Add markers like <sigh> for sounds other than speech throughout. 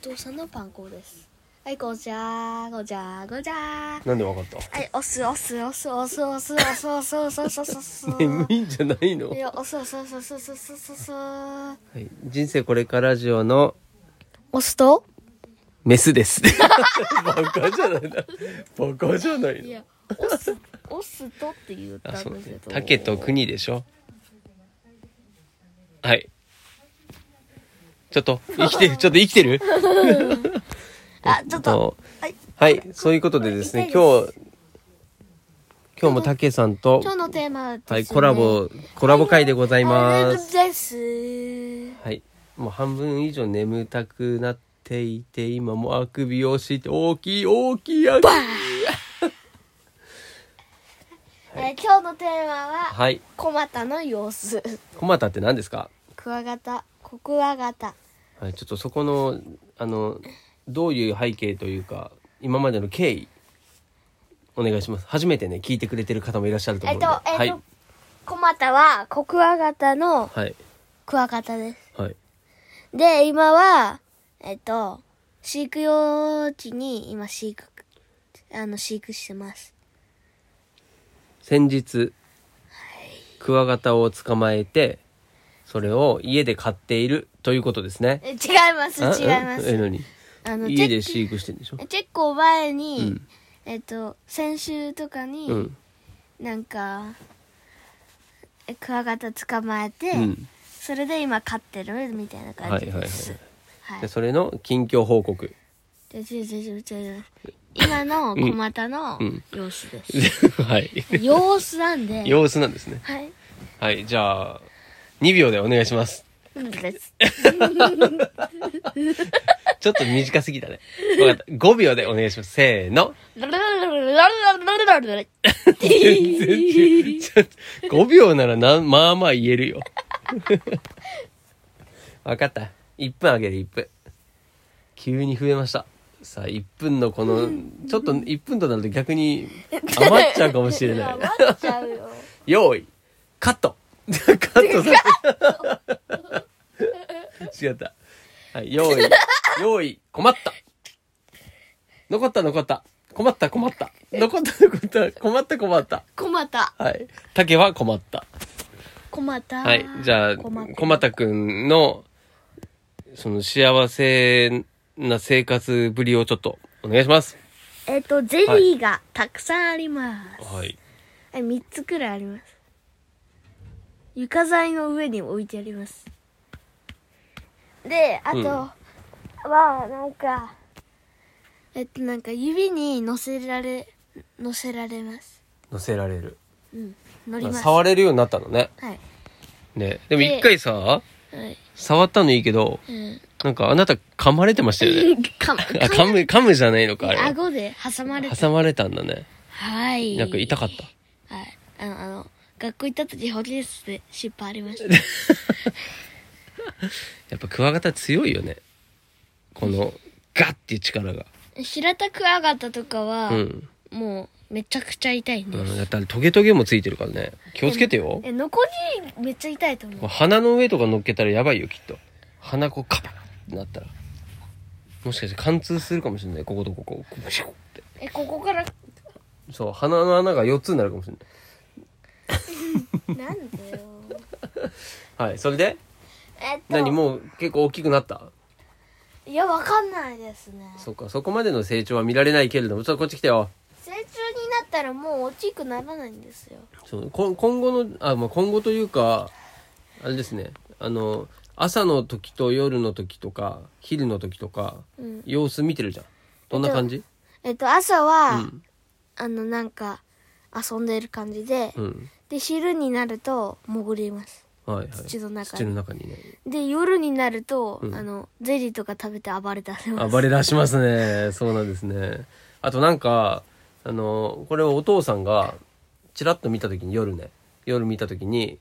父さんのパン粉ですはいごじゃーごじゃーごじゃなんでわかったーはいおすおすおすおすおすおすおすおすおすおすおす <laughs> 眠いんじゃないのいやおすおすおすおすおすおすおすおすはい、人生これからラジオのおすとメスです。 <laughs> バカじゃないな。バカじゃないいの。やおすおすとって言ったあ、そんうだけねど。竹と国でしょはい。ちょっと、生 <laughs> きてる、ちょっと生きてるあちょっとはいはい、そういうことでですね、痛い今日、今日も竹さんと、今日のテーマです、ね、はい、コラボ、コラボ会でございます。ありがとうございますはい。もう半分以上眠たくなっていて、今もあくびをして、大きい大きいあくび。えー今日のテーマははい。小股の様子 <laughs> コマタって何ですかクワガタコクワガタはい、ちょっとそこの、あの、どういう背景というか、今までの経緯、お願いします。初めてね、聞いてくれてる方もいらっしゃるとえ思っうとので。えっと小股はコクワガタのはい。クワガタですはい。はい。で今はえっと飼育用地に今飼育あの飼育してます先日、クワガタを捕まえて、それを家で飼っているということですね。え違います違いまあえ、す何あの家結で飼育してるんでしょ結構前に、うんえっと先週とかに、うん。なんかえクワガタ捕まえて、うん。それで今飼ってるみたいな感じです。はいで、それの近況報告。じゃじゃじゃじゃじゃじゃ今の小股のうん様子です。 <laughs> はい。様子なんで。様子なんですね。はい。はい、じゃあ、2秒でお願いします。うんです。ちょっと短すぎたね。わかった。5秒でお願いします。せー <laughs> の。全然違う。ちょっと、5秒ならな、まあまあ言える <laughs> よ。わかった。1分あげる、1分。急に増えました。さあ、1分のこの、ちょっと1分となると逆 <laughs> に <laughs> 余っちゃうかもしれない。余っちゃうよ。用意カットカットさせ <laughs> 違った。はい、用 <laughs> 意、用意、困った。残った、残った。困った、困った。残った、残った。困った、困った。小股。はい。竹は困った。小股。はい。じゃあ、小股小又くんの、その幸せな生活ぶりをちょっとお願いします。えっと、ゼリーがたくさんあります。はい。はい、3つくらいあります。床材の上に置いてあります。で、あとうんは、なんか、えっと、なんか指に乗せられ、乗せられます。乗せられる。うん、乗ります。触れるようになったのね。はい。ね。でもで一回さ、はい。触ったのいいけど、うん。なんかあなた噛まれてましたよね。かま、あ、噛む、噛むじゃないのか、あれは。顎で挟まれて。挟まれたんだね。はい。なんか痛かっはい。あの、あの、学校行った時保健室で失敗ありました。 <laughs> やっぱクワガタ強いよね。この、ガッっていう力が。平たく上がったとかは、うん。もう、めちゃくちゃ痛いんうです。ん、だったらトゲトゲもついてるからね。気をつけてよ。え、残りめっちゃ痛いと思う。鼻の上とか乗っけたらやばいよ、きっと。鼻こうカパッってなったら。もしかして貫通するかもしれない。こことここ。ブシュッって。え、ここから、そう、鼻の穴が4つになるかもしれなんだよ。ない。はい、それでえっと、何もう結構大きくなったいや、わかんないですね。そっか、そこまでの成長は見られないけれども、ちょっとこっち来てよ。成虫になったらもう大きくならないんですよ。そうこん今後のあ、まあ、今後というかあれですねあの朝の時と夜の時とか昼の時とか、うん様子見てるじゃんどんな感じ、えっと、朝は、うんあの、なんか、遊んでる感じで、うんで、昼になると、潜ります。はいはい土の中に土の中にねで、夜になると、うんあの、ゼリーとか食べて暴れ出せます。暴れ出しますねそうなんですねあとなんかあのこれをお父さんがチラッと見た時に夜ね夜見た時に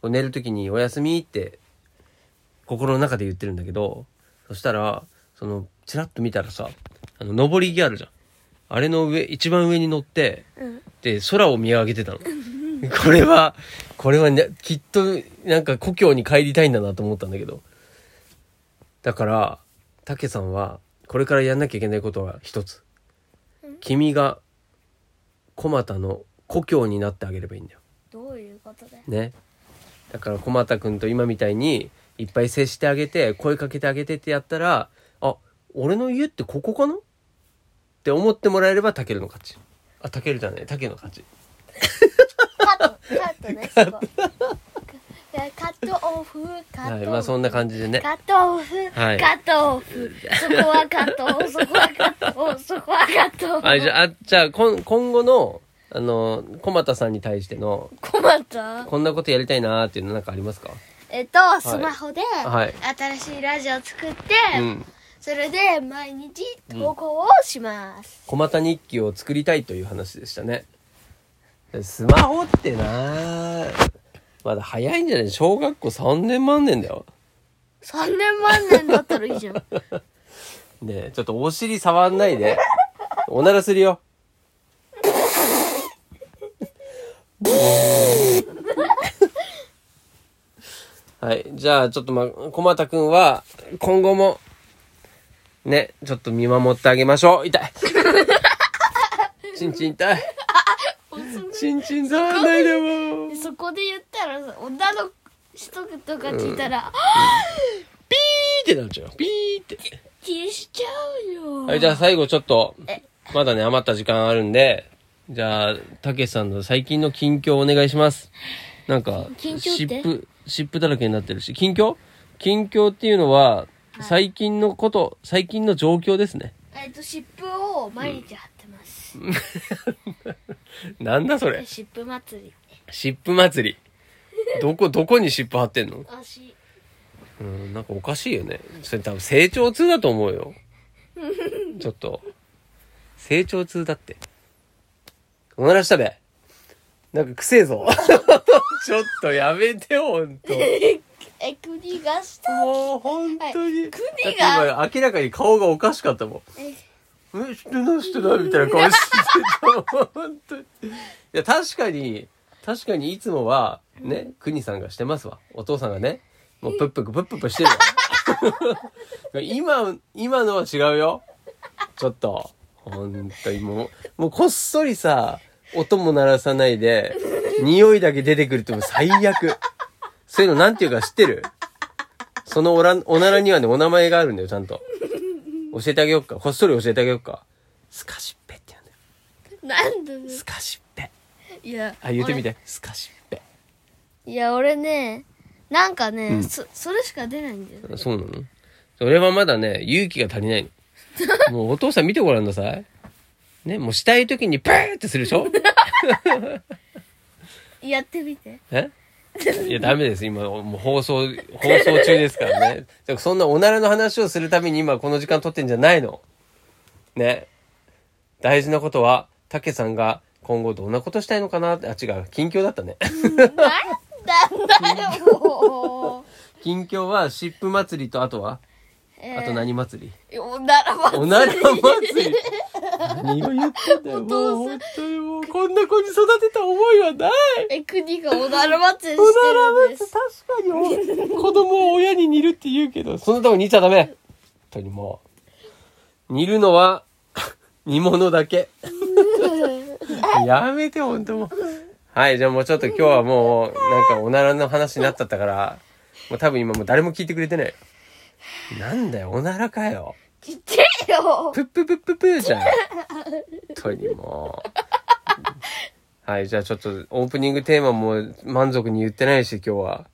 こう寝る時に「おやすみ」って心の中で言ってるんだけどそしたらそのチラッと見たらさあの登り木あるじゃんあれの上一番上に乗ってうん。で空を見上げてたのこれはこれは、ね、きっとなんか故郷に帰りたいんだなと思ったんだけどだからたけさんはこれからやんなきゃいけないことは一つ君が駒田の故郷になってあげればいいんだよどういうことだよねだから駒田君と今みたいにいっぱい接してあげて声かけてあげてってやったらあ俺の家ってここかなって思ってもらえればたけるの勝ちあたけるじゃないたけの勝ちカットカットねそこカットオフカットオはフ、いまあそんな感じでねカットオフ、はいカットオフそこはカッ <laughs> トオフそこはカットオフそこはカットオフあじゃああじゃあこん今後のあの駒田さんに対しての困ったこんなことやりたいなーっていうのなんかありますかえっとスマホで、はい新しいラジオを作って、うんそれで毎日投稿をします、駒田日記を作りたいという話でしたねスマホってなまだ早いんじゃない小学校3年万年だよ3年万年だったら <laughs> いいじゃんねえちょっとお尻触んないでおならするよはいじゃあちょっとま駒田くんは今後もねちょっと見守ってあげましょう痛いちんちん痛いちんちん触らないでもうそこで言ったらさ女の人とか聞いたら、ピーってなっちゃうよピーって消しちゃうよ、はいじゃあ最後ちょっとえまだね余った時間あるんでじゃあたけしさんの最近の近況お願いしますなんか近況って湿布湿布だらけになってるし近況近況っていうのは最近のこと最近の状況ですねえっと湿布を毎日貼ってます、なんだそれ湿布祭り湿布祭りどこどこに湿布貼ってんの足うんなんかおかしいよねそれ多分成長痛だと思 <laughs> うよちょっと成長痛だっておならしたべなんかくせえぞ <laughs> ちょっとやめてよほ <laughs> んとえ国がしたもうほんとに、はいだ国ってが今明らかに顔がおかしかったもんええしてないしてないみたいな顔してたもんほんとにいや確かに確かにいつもはね邦さんがしてますわお父さんがねもうプップクプップップしてるわ今今のは違うよちょっとほんとにもうもうこっそりさ音も鳴らさないで匂いだけ出てくるってもう最悪そういうのなんていうか知ってるそのおらんおならにはねお名前があるんだよちゃんと教えてあげようか。こっそり教えてあげようか。スカシッペって言うんだよ。なんだろスカシッペ。ういやあ、言ってみて。スカシッペ。俺いや俺ねなんかね、んそそれしか出ないんだよねあそうなの俺はまだね、勇気が足りないの。もうお父さん見てごらんなさい。ね、もうしたい時にプーってするでしょやってみてえいや、ダメです。今、もう放送、放送中ですからね。だからそんなおならの話をするために今この時間撮ってんじゃないの。ね。大事なことは、たけさんが今後どんなことしたいのかなって、あ、違う、近況だったね。なんだんだよも <laughs> う近況は湿布祭りとあとは、えーあと何祭りおなら祭りおなら祭り <laughs> 何を言ってんだよお父さんもう本当にもうこんな子に育てた思いはないえ国がおなら祭りおしてなるらんで祭りす確かにお子供を親に似るって言うけどそんなとこ似ちゃダメ本当にもう似るのは <laughs> 煮物だけやめて本当もうはいじゃあもうちょっと今日はもうなんかおならの話になっちゃったからもう多分今もう誰も聞いてくれてないなんだよおならかよきてよプッププッププーじゃん。とにもう。はい、じゃあちょっとオープニングテーマも満足に言ってないし、今日は。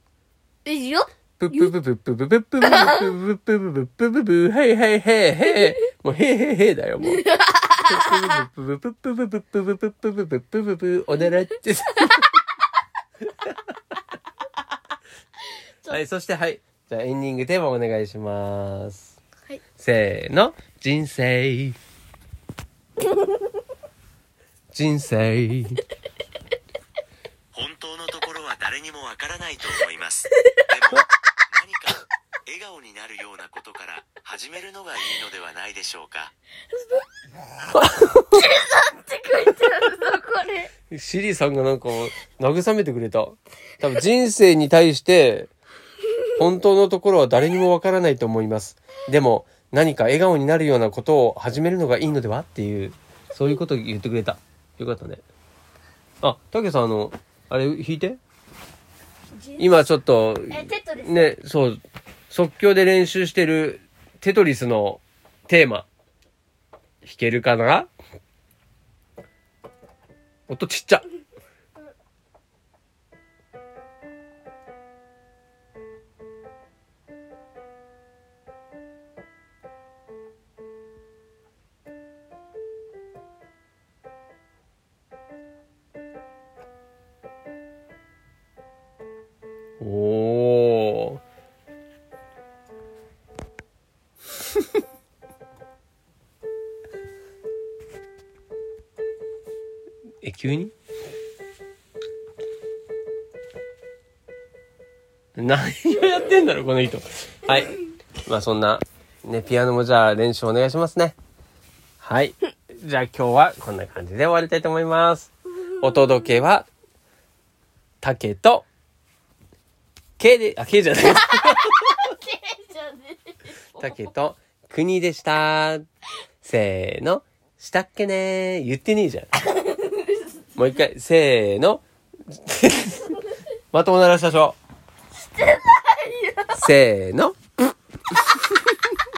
えよプップププププププププププププププはいはいはいはい。もうへいへいへいだよ、もう。プププププププププププププププおならって。はい、そしてはい。じゃあエンディングテーマお願いします。はいせーの人生人生本当のところは誰にもわからないと思います。でも、何か笑顔になるようなことから始めるのがいいのではないでしょうか。って書いてあるぞこれシリーさんがなんか慰めてくれた多分人生に対して本当のところは誰にもわからないと思いますでも何か笑顔になるようなことを始めるのがいいのではっていう、そういうことを言ってくれた。よかったね。あ、たけさん、あの、あれ、弾いて今ちょっと、えテトリスね、そう、即興で練習してるテトリスのテーマ、弾けるかな音ちっちゃ。おおー。 <laughs> え、急に何をやってんだろう、この人。はい。まあそんな、ね、ピアノもじゃあ練習お願いしますね。はい。じゃあ今日はこんな感じで終わりたいと思います。お届けは、竹と、K で、あ、K じゃない。竹と国でした。せーの、したっけねー。言ってねえじゃん。もう一回、せーの。まともならしたでしょ。してないよ。せーの。